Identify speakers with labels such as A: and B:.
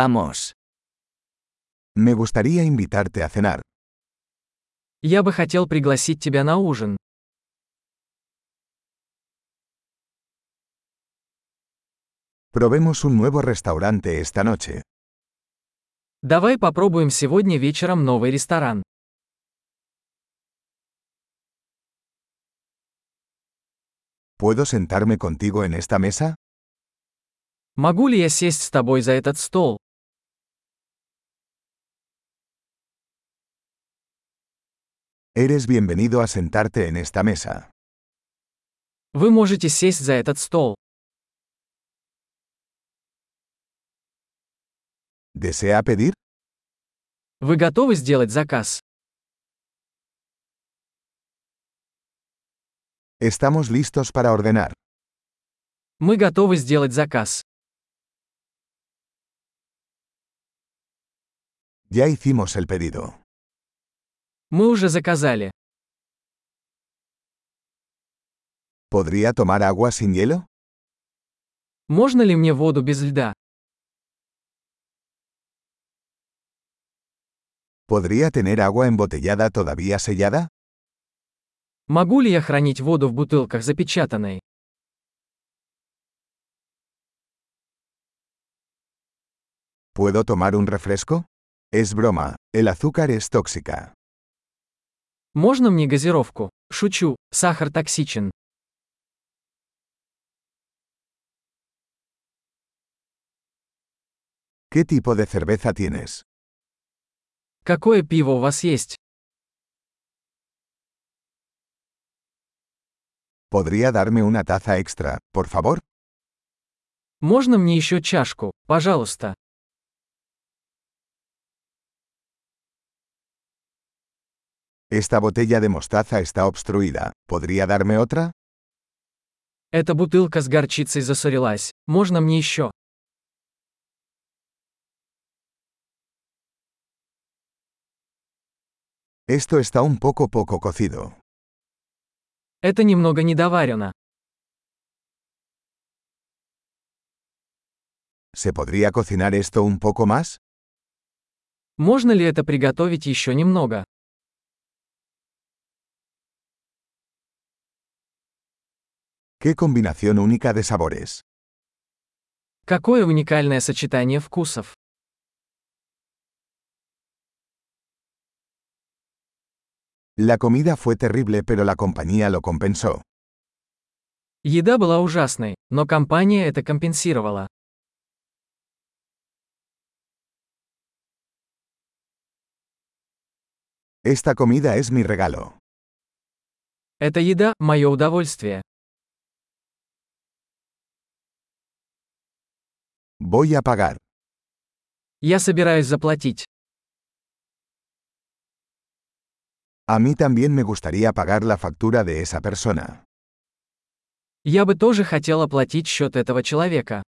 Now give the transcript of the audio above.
A: Vamos.
B: Me gustaría invitarte a cenar.
C: Я бы хотел пригласить тебя на ужин.
B: Probemos un nuevo restaurante esta noche.
C: Давай попробуем сегодня вечером новый ресторан.
B: ¿Puedo sentarme contigo en esta mesa?
C: Могу ли я сесть с тобой за этот стол?
B: Eres bienvenido a sentarte en esta mesa.
C: Вы можете сесть за этот стол.
B: ¿Desea pedir?
C: Вы готовы сделать заказ?
B: Estamos listos para ordenar.
C: Мы готовы сделать заказ.
B: Ya hicimos el pedido.
C: Мы уже заказали.
B: ¿Podría tomar agua sin hielo?
C: Можно ли мне воду без льда?
B: ¿Podría tener agua embotellada todavía sellada?
C: Могу ли я хранить воду в бутылках запечатанной?
B: ¿Puedo tomar un refresco? Es broma, el azúcar es tóxica.
C: Можно мне газировку? Шучу, сахар токсичен.
B: ¿Qué tipo de cerveza tienes?
C: Какое пиво у вас есть?
B: ¿Podría darme una taza extra, por favor?
C: Можно мне еще чашку, пожалуйста?
B: Esta botella de mostaza está obstruida. ¿Podría darme otra?
C: Эта бутылка с горчицей засорилась. Можно мне еще?
B: Esto está un poco poco cocido.
C: Это немного недоварено.
B: ¿Se podría cocinar esto un poco más?
C: Можно ли это приготовить еще немного?
B: ¡Qué combinación única de sabores!
C: Какое уникальное сочетание вкусов.
B: La comida fue terrible pero la compañía lo compensó.
C: Еда была ужасной, но компания это компенсировала.
B: Esta comida es mi regalo.
C: Эта еда – мое удовольствие.
B: Voy a pagar.
C: Я собираюсь заплатить.
B: A mí también me gustaría pagar la factura de esa persona.
C: Я бы тоже хотел оплатить счет этого человека.